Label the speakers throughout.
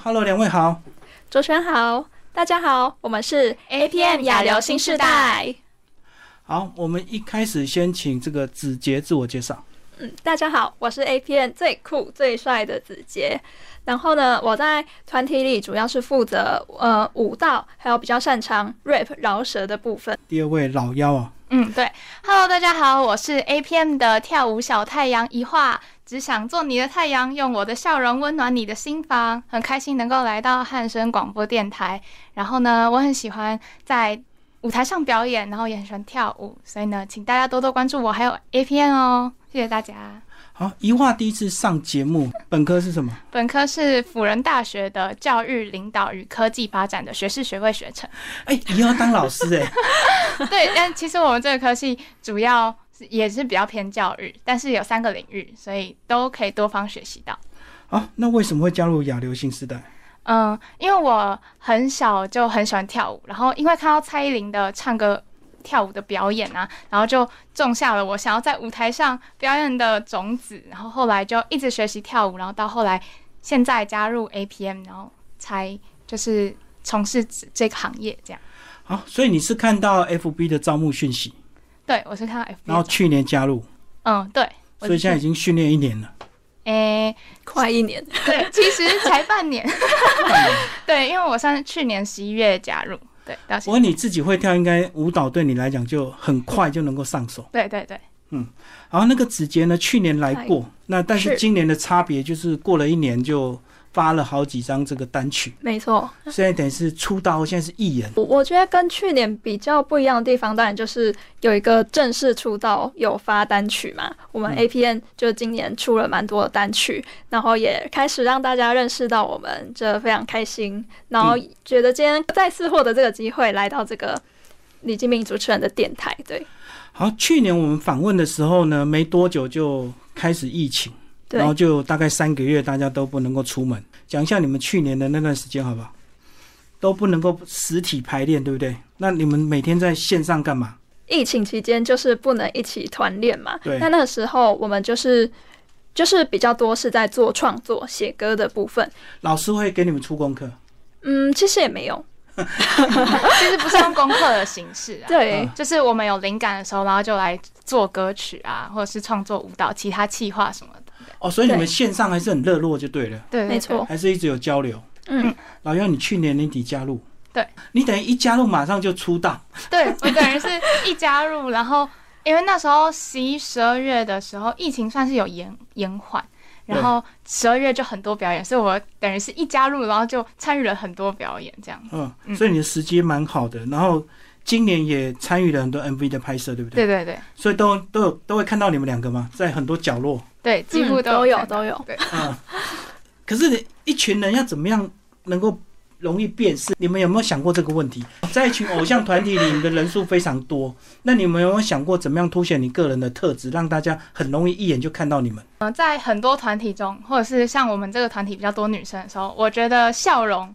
Speaker 1: ，Hello，两位好。
Speaker 2: 主持人好，大家好，我们是 APM 亚流新世代。
Speaker 1: 好，我们一开始先请这个子杰自我介绍。
Speaker 2: 嗯，大家好，我是 APM 最酷最帅的子杰。然后呢，我在团体里主要是负责呃舞蹈，还有比较擅长 rap 饶舌的部分。
Speaker 1: 第二位老妖啊，
Speaker 3: 嗯，对，Hello，大家好，我是 APM 的跳舞小太阳一画，只想做你的太阳，用我的笑容温暖你的心房。很开心能够来到汉声广播电台，然后呢，我很喜欢在舞台上表演，然后也很喜欢跳舞，所以呢，请大家多多关注我，还有 APM 哦，谢谢大家。
Speaker 1: 好，一画第一次上节目，本科是什么？
Speaker 3: 本科是辅仁大学的教育领导与科技发展的学士学位学程。
Speaker 1: 哎、以后要当老师哎、
Speaker 3: 对，但其实我们这个科系主要是也是比较偏教育，但是有三个领域，所以都可以多方学习到。
Speaker 1: 好，那为什么会加入亚流新时代？
Speaker 3: 嗯，因为我很小就很喜欢跳舞，然后因为看到蔡依林的唱歌、跳舞的表演啊，然后就种下了我想要在舞台上表演的种子，然后后来就一直学习跳舞，然后到后来现在加入 APM，然后才就是从事这这个行业这样。
Speaker 1: 好，所以你是看到 FB 的招募讯息，
Speaker 3: 对，我是看到 FB，
Speaker 1: 然后去年加入，
Speaker 3: 嗯，对，我
Speaker 1: 所以现在已经训练一年了。
Speaker 3: 诶、
Speaker 2: 快一年，
Speaker 3: 对， 其实才半 年。对，因为我上去年十一月加入，对，到
Speaker 1: 不
Speaker 3: 现
Speaker 1: 过
Speaker 3: 在。
Speaker 1: 你自己会跳，应该舞蹈对你来讲就很快就能够上手。
Speaker 3: 对对对，
Speaker 1: 好，那个子杰呢，去年来过，那但是
Speaker 2: 是
Speaker 1: 今年的差别就是过了一年就发了好几张这个单曲，
Speaker 2: 没错。
Speaker 1: 现在等于是出道，现在是艺人。
Speaker 2: 我我觉得跟去年比较不一样的地方，当然就是有一个正式出道，有发单曲嘛。我们
Speaker 1: 嗯
Speaker 2: A P N 就今年出了蛮多的单曲，然后也开始让大家认识到我们，这非常开心。然
Speaker 1: 嗯
Speaker 2: 后觉得今天再次获得这个机会，来到这个李金明主持人的电台，对
Speaker 1: 好，去年我们访问的时候呢，没多久就开始疫情，
Speaker 2: 对
Speaker 1: 然后就大概三个月大家都不能够出门。讲一下你们去年的那段时间好不好？都不能够实体排练，对不对？那你们每天在线上干嘛？
Speaker 2: 疫情期间就是不能一起团练嘛
Speaker 1: 对，
Speaker 2: 那那个时候我们就是就是比较多是在做创作、写歌的部分。
Speaker 1: 老师会给你们出功课，
Speaker 2: 嗯，其实也没有，
Speaker 3: 其实不是用功课的形式 啊，
Speaker 2: 对
Speaker 1: 嗯，
Speaker 3: 就是我们有灵感的时候，然后就来做歌曲啊，或者是创作舞蹈、其他企划什么的。
Speaker 1: 哦，所以你们
Speaker 2: 对
Speaker 1: 线上还是很热络就对了，
Speaker 3: 对，对
Speaker 2: 没错，
Speaker 1: 还是一直有交流。
Speaker 2: 嗯，
Speaker 1: 老幺，你去年年底加入，
Speaker 3: 对，
Speaker 1: 你等于一加入马上就出道，
Speaker 3: 对，我等于是一加入，然后 因为那时候十一、十二月的时候，疫情算是有延延缓，然后十二月就很多表演，所以我等于是一加入，然后就参与了很多表演，这样。
Speaker 1: 嗯，
Speaker 3: 嗯
Speaker 1: 所以你的时间蛮好的。然后今年也参与了很多 MV 的拍摄，对不对？
Speaker 3: 对对对
Speaker 1: 所以都都有都会看到你们两个嘛，在很多角落。
Speaker 3: 对，几乎
Speaker 2: 嗯都
Speaker 3: 有
Speaker 2: 有
Speaker 3: 看到
Speaker 2: 都有。
Speaker 1: 嗯，可是你一群人要怎么样能够容易辨识？你们有没有想过这个问题？在一群偶像团体里，你们的人数非常多，那你们有没有想过怎么样凸显你个人的特质，让大家很容易一眼就看到你们？
Speaker 3: 嗯、在很多团体中，或者是像我们这个团体比较多女生的时候，我觉得笑容，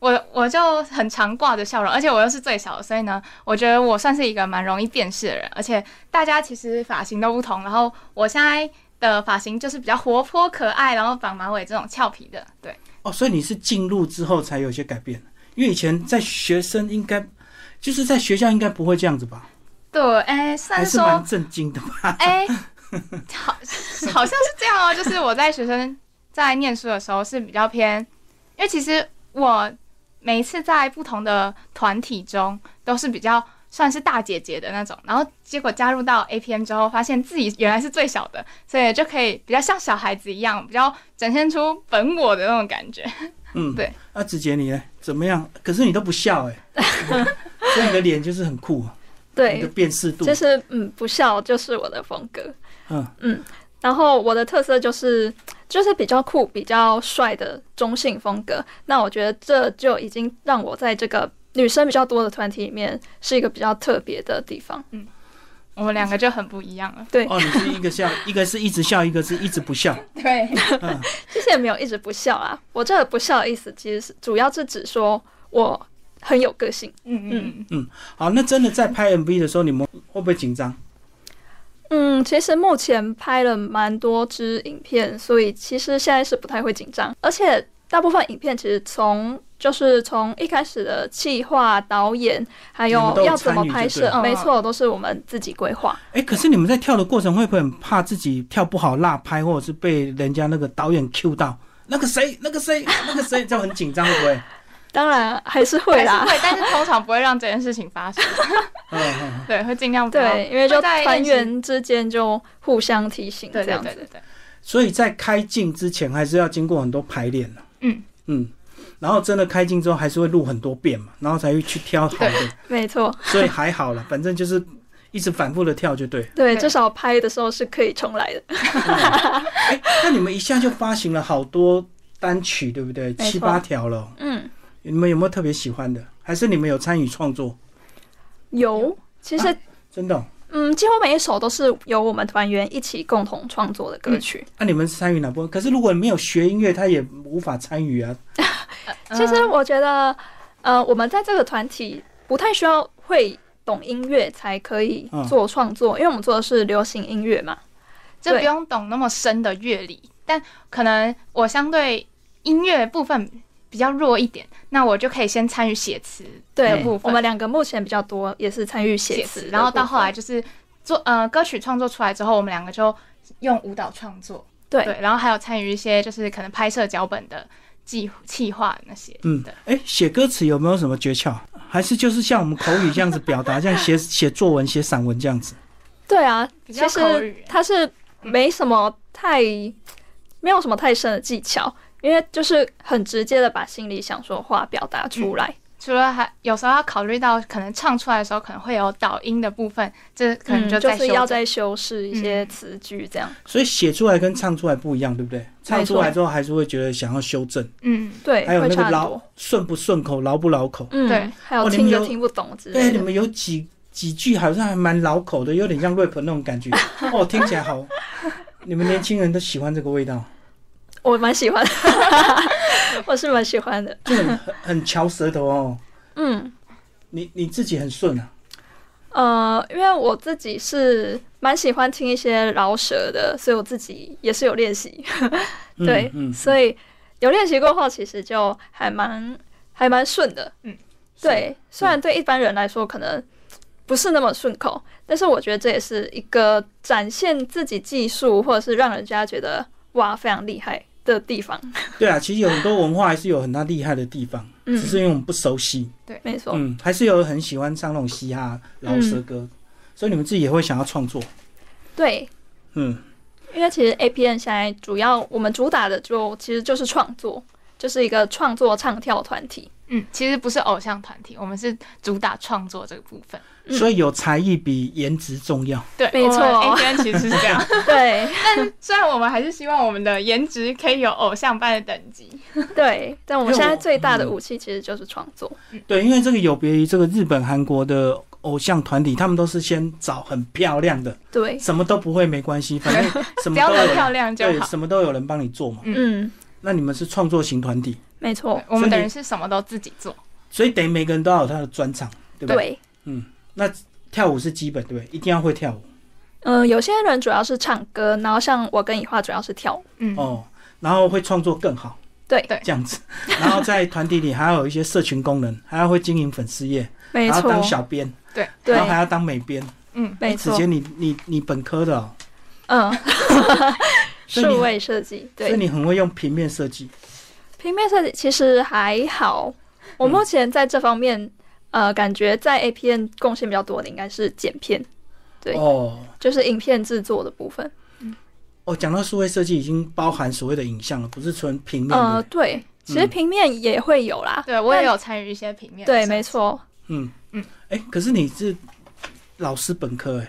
Speaker 3: 我我就很常挂着笑容，而且我又是最小的，所以呢，我觉得我算是一个蛮容易辨识的人。而且大家其实发型都不同，然后我现在的发型就是比较活泼可爱，然后绑马尾这种俏皮的，对，
Speaker 1: 哦，所以你是进入之后才有些改变，因为以前在学生应该就是在学校应该不会这样子吧？
Speaker 3: 对，哎，算
Speaker 1: 还
Speaker 3: 是
Speaker 1: 是
Speaker 3: 说
Speaker 1: 蛮，震惊的吧？
Speaker 3: 哎，好，好像是这样哦，就是我在学生在念书的时候是比较偏，因为其实我每一次在不同的团体中都是比较算是大姐姐的那种，然后结果加入到 APM 之后，发现自己原来是最小的，所以就可以比较像小孩子一样，比较展现出本我的那种感觉。
Speaker 1: 嗯，
Speaker 3: 对。
Speaker 1: 那子杰你呢？怎么样？可是你都不笑 哎、所以你的脸就是很酷，啊你的
Speaker 2: 对，
Speaker 1: 辨识度，
Speaker 2: 就是嗯，不笑就是我的风格。
Speaker 1: 嗯，
Speaker 2: 然后我的特色就是就是比较酷、比较帅的中性风格。那我觉得这就已经让我在这个女生比较多的团体里面是一个比较特别的地方。
Speaker 3: 我们两个就很不一样了。
Speaker 1: 哦，你是一个笑， 一个是一直笑，一个是一直不笑。
Speaker 3: 对，
Speaker 1: 嗯，
Speaker 2: 其实也没有一直不笑啊，我这个不笑的意思其实是主要是指说我很有个性。
Speaker 3: 嗯嗯，
Speaker 1: 好，那真的在拍 MV 的时候，你们会不会紧张？
Speaker 2: 嗯，其实目前拍了蛮多支影片，所以其实现在是不太会紧张，而且大部分影片其实从就是从一开始的企划、导演，还
Speaker 1: 你们
Speaker 2: 有
Speaker 1: 都有
Speaker 2: 要怎么
Speaker 1: 参与就对
Speaker 2: 拍摄
Speaker 1: 了，
Speaker 2: 没
Speaker 3: 嗯
Speaker 2: 错，都是我们自己规划。
Speaker 1: 哎、可是你们在跳的过程会不会很怕自己跳不好落拍，或者是被人家那个导演 cue 到？那个谁，那个谁，那个谁，这样很紧张，会不 会？
Speaker 2: 当然还是会
Speaker 3: 还是
Speaker 2: 啦，
Speaker 3: 会，但是通常不会让这件事情发生，
Speaker 1: 嗯嗯，
Speaker 3: 对，会尽量不要。
Speaker 2: 对，因为就
Speaker 3: 会在
Speaker 2: 团
Speaker 3: 练习
Speaker 2: 员之间就互相提醒这
Speaker 3: 对对
Speaker 2: 样子
Speaker 3: 对。对对，
Speaker 1: 所以在开镜之前，还是要经过很多排练的
Speaker 3: 嗯
Speaker 1: 嗯，然后真的开镜之后，还是会录很多遍嘛，然后才会去挑好的。
Speaker 2: 没错，
Speaker 1: 所以还好了，反正就是一直反复的跳就对。
Speaker 2: 对，
Speaker 3: 对
Speaker 2: 至少拍的时候是可以重来的。
Speaker 1: 哎、那你们一下就发行了好多单曲，对不对？
Speaker 2: 错
Speaker 1: 七八条了哦，
Speaker 2: 嗯，
Speaker 1: 你们有没有特别喜欢的？还是你们有参与创作？
Speaker 2: 有，其
Speaker 3: 啊
Speaker 2: 实、
Speaker 1: 真的哦、
Speaker 2: 嗯，几乎每一首都是由我们团员一起共同创作的
Speaker 3: 嗯
Speaker 2: 歌曲。
Speaker 1: 啊那、你们是参与哪部分？可是如果没有学音乐，他也无法参与啊。
Speaker 2: 其实我觉得，呃，我们在这个团体不太需要会懂音乐才可以
Speaker 1: 嗯
Speaker 2: 做创作，因为我们做的是流行音乐嘛。
Speaker 3: 就
Speaker 2: 对
Speaker 3: 不用懂那么深的乐理，但可能我相对音乐部分比较弱一点，那我就可以先参与写词的
Speaker 2: 对
Speaker 3: 部分，
Speaker 2: 我们两个目前比较多也是参与写
Speaker 3: 写
Speaker 2: 词的部
Speaker 3: 词，
Speaker 2: 分，
Speaker 3: 然后到后来就是做呃歌曲创作出来之后，我们两个就用舞蹈创作，
Speaker 2: 对
Speaker 3: 对，然后还有参与一些就是可能拍摄脚本的计计划那些，
Speaker 1: 嗯
Speaker 3: 对，
Speaker 1: 哎、写歌词有没有什么诀窍？还是就是像我们口语这样子表达，像写写作文、写散文这样子？
Speaker 2: 对啊，
Speaker 3: 比
Speaker 2: 其
Speaker 3: 较口
Speaker 2: 实
Speaker 3: 语
Speaker 2: 它是没什么太、没有什么太深的技巧，因为就是很直接的把心里想说的话表达出来。
Speaker 3: 除了还有时候要考虑到可能唱出来的时候可能会有导音的部分，这可能
Speaker 2: 嗯，就
Speaker 3: 再
Speaker 2: 是
Speaker 3: 修
Speaker 2: 要
Speaker 3: 正。
Speaker 2: 再修饰一些词句，这样、
Speaker 1: 所以写出来跟唱出来不一样，对不对？唱出来之后还是会觉得想要修正，
Speaker 3: 嗯，
Speaker 2: 对，
Speaker 1: 还有
Speaker 2: 会
Speaker 1: 那
Speaker 2: 差
Speaker 1: 个
Speaker 2: 很
Speaker 1: 老
Speaker 2: 多。
Speaker 1: 顺不顺口、牢不牢口。
Speaker 2: 嗯，
Speaker 3: 对，
Speaker 2: 还有
Speaker 1: 哦你
Speaker 2: 听
Speaker 1: 们
Speaker 2: 着
Speaker 1: 有
Speaker 2: 听不懂之
Speaker 1: 对，
Speaker 2: 类
Speaker 1: 你
Speaker 2: 的。
Speaker 1: 们有几几句好像还蛮老口的，有点像 rap 那种感 觉。哦，听起来好，你们年轻人都喜欢这个味道，
Speaker 2: 我蛮 喜欢的，我是蛮喜欢的。
Speaker 1: 就很很很翘舌头哦。
Speaker 2: 嗯，
Speaker 1: 你你自己很顺啊，
Speaker 2: 呃，因为我自己是蛮喜欢听一些饶舌的，所以我自己也是有练习。
Speaker 1: 嗯
Speaker 2: 对，
Speaker 1: 嗯，
Speaker 2: 所以有练习过后，其实就还蛮还蛮顺的。对，虽然对一般人来说可能不是那么顺口，但是我觉得这也是一个展现自己技术，或者是让人家觉得哇非常厉害的地方。
Speaker 1: 对啊，其实有很多文化还是有很大厉害的地方，
Speaker 2: 嗯
Speaker 1: 只，是因为我们不熟悉，
Speaker 2: 没错。
Speaker 1: 嗯，还是有很喜欢唱那种嘻哈饶
Speaker 2: 嗯
Speaker 1: 舌歌，所以你们自己也会想要创作，
Speaker 2: 对，
Speaker 1: 嗯，
Speaker 2: 因为其实 A P N 现在主要我们主打的就其实就是创作，就是一个创作唱跳团 体。
Speaker 3: 嗯，其实不是偶像团体，我们是主打创作这个部分。
Speaker 2: 嗯
Speaker 1: 所以有才艺比颜值重要，
Speaker 3: 对，
Speaker 2: 没错
Speaker 3: 我们 ATN 其实是这 样。
Speaker 2: 对
Speaker 3: 虽然我们还是希望我们的颜值可以有偶像般的等级。
Speaker 2: 对，但我们
Speaker 1: 因为
Speaker 2: 现在
Speaker 1: 我
Speaker 2: 最大的
Speaker 1: 嗯
Speaker 2: 武器其实就是创作。
Speaker 1: 对，因为这个有别于这个日本、韩国的偶像团体，他们都是先找很漂亮的。
Speaker 2: 对，
Speaker 1: 什么都不会没关系，反正什
Speaker 3: 只
Speaker 1: 么
Speaker 3: 要
Speaker 1: 都有
Speaker 3: 能漂
Speaker 1: 人
Speaker 3: 亮就
Speaker 1: 对，
Speaker 3: 好。
Speaker 1: 什么都有人帮你做嘛。
Speaker 2: 嗯，
Speaker 1: 那你们是创作型团体，
Speaker 2: 没错，
Speaker 3: 我们等于是什么都自己做，
Speaker 1: 所以等于每个人都要有他的专长，对不对？
Speaker 2: 对。
Speaker 1: 跳舞是基本，对不对？一定要会跳舞、
Speaker 2: 嗯、有些人主要是唱歌，然后像我跟以化主要是跳舞。
Speaker 3: 嗯，
Speaker 1: 哦，然后会创作更好，
Speaker 2: 对
Speaker 3: 对
Speaker 1: 这样子。然后在团体里还要有一些社群功能， 还要会经营粉丝页，还
Speaker 2: 没
Speaker 1: 要
Speaker 2: 错，
Speaker 1: 啊当小啊编，
Speaker 3: 对
Speaker 2: 对
Speaker 1: 然后还要当美编。
Speaker 3: 嗯，
Speaker 2: 没
Speaker 1: 子
Speaker 2: 错，
Speaker 1: 杰，你你你本科的、哦，
Speaker 2: 嗯，
Speaker 1: 所以你
Speaker 2: 数位设计，
Speaker 1: 所以
Speaker 2: 对，
Speaker 1: 你很会用平面设计。
Speaker 2: 平面设计其实还好。我
Speaker 1: 嗯
Speaker 2: 目前在这方面，呃，感觉在 A 片贡献比较多的应该是剪片，对
Speaker 1: 哦
Speaker 2: 就是影片制作的部分。
Speaker 1: 哦，讲到数位设计已经包含所谓的影像了，不是纯平面的。，
Speaker 2: 呃对，其实平面也会有啦。
Speaker 3: 对我也
Speaker 2: 但。
Speaker 3: 有参与一些平面。
Speaker 2: 对，没，错，
Speaker 1: 嗯嗯
Speaker 3: 嗯，
Speaker 1: 哎、可是你是老师本科哎、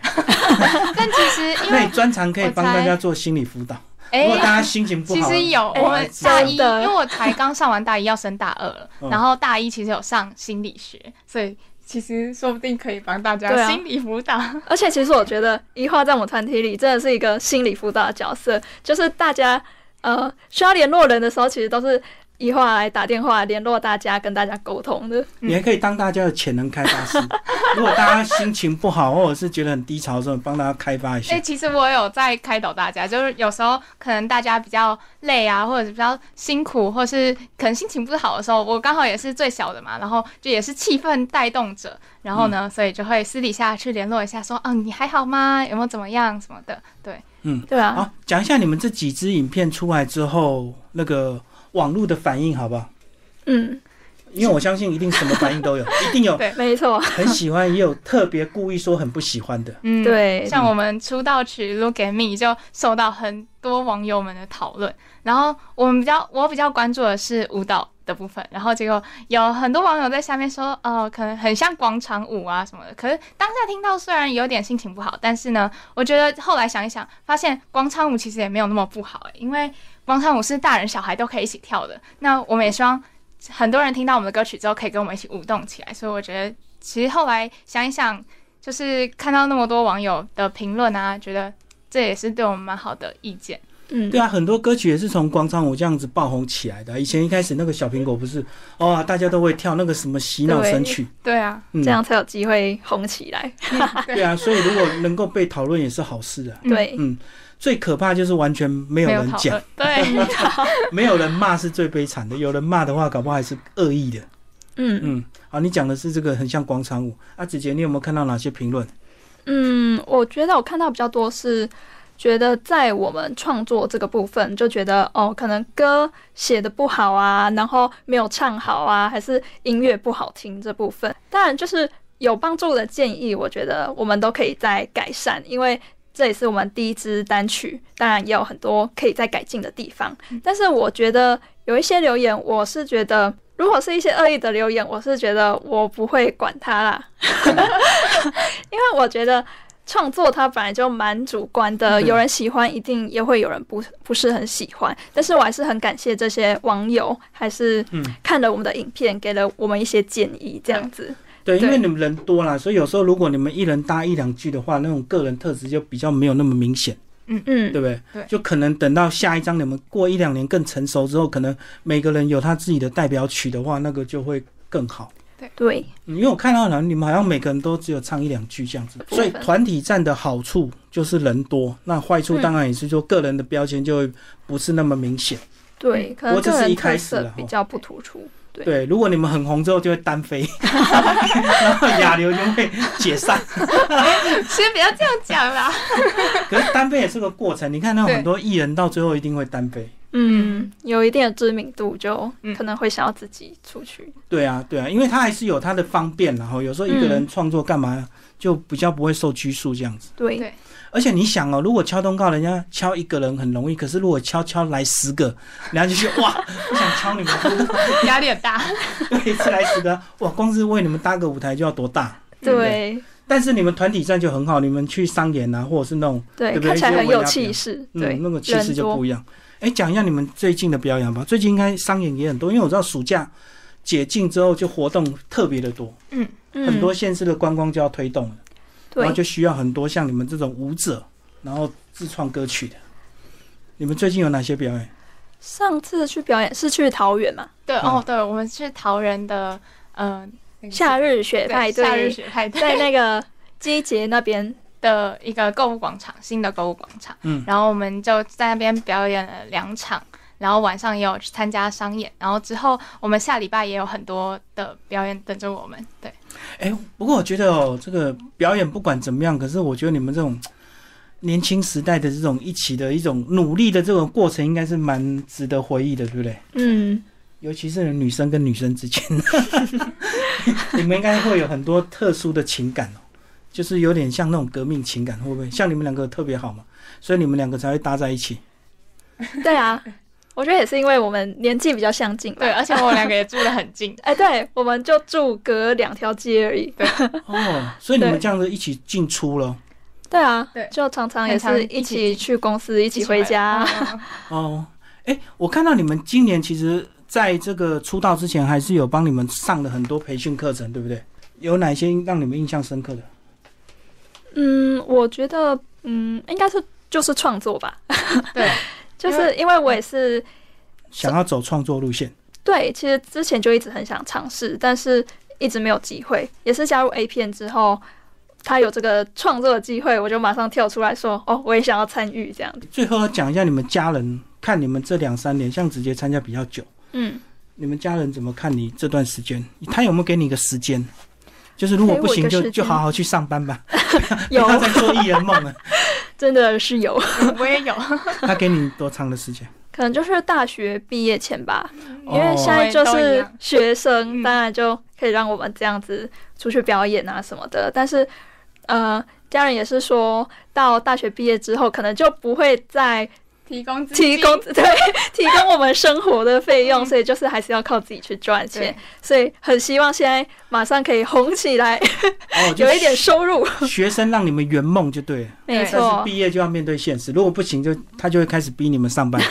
Speaker 3: 但其实 因
Speaker 1: 那
Speaker 3: 为
Speaker 1: 你专长可以帮
Speaker 3: 我才
Speaker 1: 大家做心理辅导。如果大家
Speaker 3: 哎。
Speaker 1: 心情不
Speaker 3: 其
Speaker 1: 好，
Speaker 3: 实有，
Speaker 1: 哎
Speaker 3: 我们大一，
Speaker 2: 真的
Speaker 3: 因为我才刚上完大一，要升大二了
Speaker 1: 嗯。
Speaker 3: 然后大一其实有上心理学，所以其实说不定可以帮大
Speaker 2: 对啊
Speaker 3: 家心理辅导。
Speaker 2: 而且其实我觉得一化在我们团体里真的是一个心理辅导的角色，就是大家呃需要联络人的时候，其实都是一化来打电话联络大家，跟大家沟通的。
Speaker 1: 你还可以当大家的潜能开发师。 如果大家心情不好或者是觉得很低潮的时候，帮大家开发一
Speaker 3: 哎、
Speaker 1: 下。
Speaker 3: 其实我有在开导大家，就是有时候可能大家比较累啊，或者是比较辛苦，或是可能心情不好的时候，我刚好也是最小的嘛，然后就也是气氛带动者，然后呢，所以就会私底下去联络一下，说，嗯、你还好吗？有没有怎么样什么的？对，
Speaker 2: 对啊，
Speaker 1: 好，讲一下你们这几支影片出来之后，那个网络的反应好不好？
Speaker 2: 嗯，
Speaker 1: 因为我相信一定什么反应 都有，一定有
Speaker 3: 对
Speaker 2: 没错，
Speaker 1: 很喜欢，也有特别故意说很不喜欢的。
Speaker 3: 嗯，。
Speaker 2: 对，
Speaker 3: 像我们出道曲《Look at Me》就受到很多网友们的讨论，然后我们比较我比较关注的是舞蹈的部分，然后结果有很多网友在下面说，哦，可能很像广场舞啊什么的。可是当下听到虽然有点心情不好，但是呢，我觉得后来想一想，发现广场舞其实也没有那么不好、因为广场舞是大人小孩都可以一起跳的。那我们也希望很多人听到我们的歌曲之后，可以跟我们一起舞动起来。所以我觉得，其实后来想一想，就是看到那么多网友的评论啊，觉得这也是对我们蛮好的意见。
Speaker 2: 嗯
Speaker 1: 对，啊，很多歌曲也是从广场舞这样子爆红起来的。啊以前一开始那个小苹果不是，哇、大家都会跳那个什么洗脑神曲，
Speaker 3: 对啊，
Speaker 1: 嗯
Speaker 2: 这样才有机会红起来。
Speaker 1: 对啊，所以如果能够被讨论也是好事啊。
Speaker 3: 嗯
Speaker 2: 对，
Speaker 1: 嗯，最可怕就是完全 没有
Speaker 3: 没有
Speaker 1: 人
Speaker 3: 讨
Speaker 1: 讲
Speaker 3: 论，，对，
Speaker 1: 没有人骂是最悲惨的。有人骂的话，搞不好还是恶意的。
Speaker 2: 嗯
Speaker 1: 嗯，好，你讲的是这个很像广场舞啊，子杰，你有没有看到哪些评论？
Speaker 2: 嗯，我觉得我看到比较多是觉得在我们创作这个部分，就觉得哦，可能歌写的不好啊，然后没有唱好啊，还是音乐不好听这部分。当然，就是有帮助的建议，我觉得我们都可以再改善，因为。这也是我们第一支单曲，当然也有很多可以再改进的地方。
Speaker 1: 嗯
Speaker 2: 但是我觉得有一些留言，我是觉得，如果是一些恶意的留言，我是觉得我不会管它 啦，因为我觉得创作它本来就蛮主观的，
Speaker 1: 嗯
Speaker 2: 有人喜欢，一定也会有人不不是很喜欢。但是我还是很感谢这些网友，还是
Speaker 1: 嗯
Speaker 2: 看了我们的影片，给了我们一些建议，这样子。
Speaker 1: 对，因
Speaker 2: 对
Speaker 1: 为你们人多啦，所以有时候如果你们一人搭一两句的话，那种个人特质就比较没有那么明显，
Speaker 2: 嗯
Speaker 1: 对，不对？
Speaker 3: 对
Speaker 1: 就可能等到下一张你们过一两年更成熟之后，可能每个人有他自己的代表曲的话，那个就会更好。
Speaker 2: 对，
Speaker 1: 嗯因为我看到好像你们好像每个人都只有唱一两句这样子，
Speaker 2: 部分
Speaker 1: 所以团体战的好处就是人多，那坏处当然也是说个人的标签就会不是那么明显。
Speaker 2: 对，可
Speaker 1: 嗯
Speaker 2: 能
Speaker 1: 过这是
Speaker 2: 个人
Speaker 1: 一开
Speaker 2: 特
Speaker 1: 始了
Speaker 2: 色
Speaker 1: 哈
Speaker 2: 比较不突出。对
Speaker 1: 对，如果你们很红之后就会单飞， 然后亚流就会解散。
Speaker 3: 其实不要这样讲啦。
Speaker 1: 可是单飞也是个过程，你看那种
Speaker 3: 对
Speaker 1: 很多艺人到最后一定会单飞。
Speaker 2: 嗯，有一定的知名度，就
Speaker 3: 嗯
Speaker 2: 可能会想要自己出去。
Speaker 1: 对啊，对啊，因为他还是有他的方便，然后有时候一个人创作干嘛就比较不会受拘束这样子。
Speaker 2: 对，
Speaker 3: 对
Speaker 1: 而且你想哦，如果敲通告，人家敲一个人很容易，可是如果敲敲来十个， 人家就说哇，我想敲你们通告，
Speaker 3: 压力很大，
Speaker 1: 对，一次来十个，哇，光是为你们搭个舞台就要多大？
Speaker 2: 对
Speaker 1: 但是你们团体战就很好，你们去商演啊，或者是那种
Speaker 2: 对
Speaker 1: 对不对
Speaker 2: 看起来很有
Speaker 1: 一些
Speaker 2: 气势。对，
Speaker 1: 嗯，那个气势
Speaker 2: 人
Speaker 1: 就
Speaker 2: 多
Speaker 1: 不一样。哎，讲一下你们最近的表演吧，最近应该商演也很多，因为我知道暑假解禁之后就活动特别的多，很多
Speaker 2: 嗯、
Speaker 1: 县市的观光就要推动了，然后
Speaker 2: 对
Speaker 1: 就需要很多像你们这种舞者，然后自创歌曲的。你们最近有哪些表演？
Speaker 2: 上次去表演是去桃园嘛，
Speaker 3: 对、
Speaker 1: 嗯
Speaker 3: 哦，对，我们是桃园的，嗯、呃，
Speaker 2: 夏日雪派
Speaker 3: 对夏日
Speaker 2: 对，
Speaker 3: 雪派对
Speaker 2: 在那个基捷那 边。
Speaker 3: 的一个购物广场，新的购物广场，
Speaker 1: 嗯
Speaker 3: 然后我们就在那边表演了两场，然后晚上也有去参加商演，然后之后我们下礼拜也有很多的表演等着我们，对，
Speaker 1: 哎，不过我觉得哦，这个表演不管怎么样，可是我觉得你们这种年轻时代的这种一起的一种努力的这种过程，应该是蛮值得回忆的，对不对？
Speaker 2: 嗯，
Speaker 1: 尤其是女生跟女生之间， 你们应该会有很多特殊的情感哦，就是有点像那种革命情感，会不会？像你们两个特别好嘛，所以你们两个才会搭在一起。
Speaker 2: 对啊，我觉得也是因为我们年纪比较相近吧。，
Speaker 1: 啊
Speaker 3: 对，而且我们两个也住得很近
Speaker 2: 哎，对，我们就住隔两条街而已。
Speaker 1: 哦，所以你们
Speaker 2: 对
Speaker 1: 这样子一起进出咯。
Speaker 2: 对啊，
Speaker 3: 对
Speaker 2: 就常常也
Speaker 3: 很
Speaker 2: 是
Speaker 3: 常
Speaker 2: 一
Speaker 3: 一
Speaker 2: 起
Speaker 3: 起
Speaker 2: 去公司，一起回家。
Speaker 3: 嗯，嗯嗯
Speaker 1: 哦，哎、我看到你们今年其实在这个出道之前，还是有帮你们上了很多培训课程，对不对？有哪些让你们印象深刻的？
Speaker 2: 嗯，我觉得，嗯，应该是就是创作吧，
Speaker 3: 对，
Speaker 2: 就是因为我也是
Speaker 1: 想要走创作路线，
Speaker 2: 对，其实之前就一直很想尝试，但是一直没有机会。也是加入 A 片之后，他有这个创作的机会，我就马上跳出来说：“哦，我也想要参与。”这样子，
Speaker 1: 最后要讲一下你们家人，看你们这两三年，像直接参加比较久，
Speaker 2: 嗯，
Speaker 1: 你们家人怎么看你这段时间？他有没有给你一个时间？就是如果不
Speaker 2: 给我
Speaker 1: 行
Speaker 2: 一个
Speaker 1: 就，
Speaker 2: 时
Speaker 1: 就
Speaker 2: 间
Speaker 1: 好好去上班 吧，不
Speaker 2: 有
Speaker 1: 要再做艺人梦了。啊
Speaker 2: 真的是有，
Speaker 3: 我也 有，
Speaker 1: 他给你多长的时间？
Speaker 2: 可能就是大学毕业前吧，因
Speaker 1: 哦
Speaker 2: 为现在就
Speaker 3: 我也都一
Speaker 2: 是
Speaker 3: 样
Speaker 2: 学生，
Speaker 3: 嗯
Speaker 2: 当然就可以让我们这样子出去表演啊什么的。但是，呃，家人也是说到大学毕业之后，可能就不会再
Speaker 3: 提供资金
Speaker 2: 提供 对提供我们生活的费用，
Speaker 3: 嗯
Speaker 2: 所以就是还是要靠自己去赚钱
Speaker 3: 对。
Speaker 2: 所以很希望现在马上可以红起 来，
Speaker 1: 哦，就
Speaker 2: 有一点收入。
Speaker 1: 学生让你们圆梦就对了，
Speaker 2: 没
Speaker 1: 但是
Speaker 2: 错，
Speaker 1: 毕业就要面对现实。如果不行就，他就会开始逼你们上 班。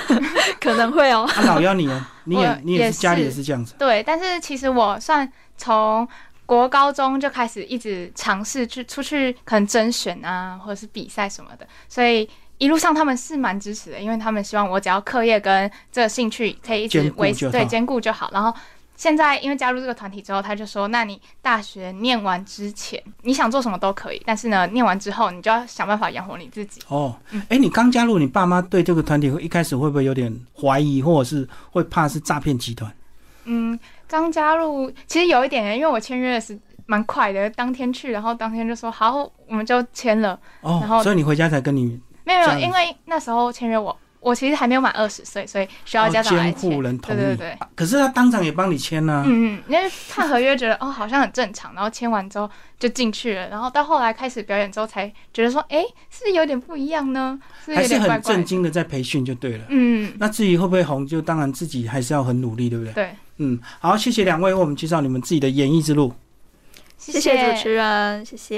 Speaker 2: 可能会哦。
Speaker 1: 他老要你啊，你
Speaker 3: 我
Speaker 1: 也你也
Speaker 3: 也
Speaker 1: 是家里也
Speaker 3: 是
Speaker 1: 是这样子。
Speaker 3: 对，但是其实我算从国高中就开始一直尝试去出去，可能甄选啊，或者是比赛什么的，所以一路上他们是蛮支持的，因为他们希望我只要课业跟这个兴趣可以一直
Speaker 1: 兼顾
Speaker 3: 维
Speaker 1: 就
Speaker 3: 持
Speaker 1: 好
Speaker 3: 对兼顾就好，然后。现在因为加入这个团体之后，他就说：“那你大学念完之前，你想做什么都可以，但是呢，念完之后你就要想办法养活你自己。
Speaker 1: 哦
Speaker 3: 嗯，
Speaker 1: 哎、你刚加入，你爸妈对这个团体会一开始会不会有点怀疑，或者是会怕是诈骗集团？”
Speaker 3: 嗯，刚加入其实有一点，因为我签约的是蛮快的，当天去，然后当天就说好，我们就签了。然
Speaker 1: 哦
Speaker 3: 后，
Speaker 1: 所以你回家才跟你
Speaker 3: 没有，
Speaker 1: 这
Speaker 3: 没
Speaker 1: 样
Speaker 3: 有，因为那时候签约我，我其实还没有满二十岁，所以需要
Speaker 1: 哦
Speaker 3: 家长来
Speaker 1: 监
Speaker 3: 签。
Speaker 1: 护人同意，
Speaker 3: 对对对
Speaker 1: 啊可是他当场也帮你签啊呢、
Speaker 3: 嗯嗯，因为看合约觉得哦好像很正常，然后签完之后就进去了，然后到后来开始表演之后才觉得说，哎，是不是有点不一样呢，是不
Speaker 1: 还
Speaker 3: 是有
Speaker 1: 是
Speaker 3: 点怪
Speaker 1: 很
Speaker 3: 怪
Speaker 1: 震
Speaker 3: 的。
Speaker 1: 惊的在培训就对了。
Speaker 3: 嗯，
Speaker 1: 那至于会不会红，就当然自己还是要很努力，对不对？
Speaker 3: 对，
Speaker 1: 嗯，好，谢谢两位为我们介绍你们自己的演艺之路。
Speaker 2: 谢谢主持人，谢谢。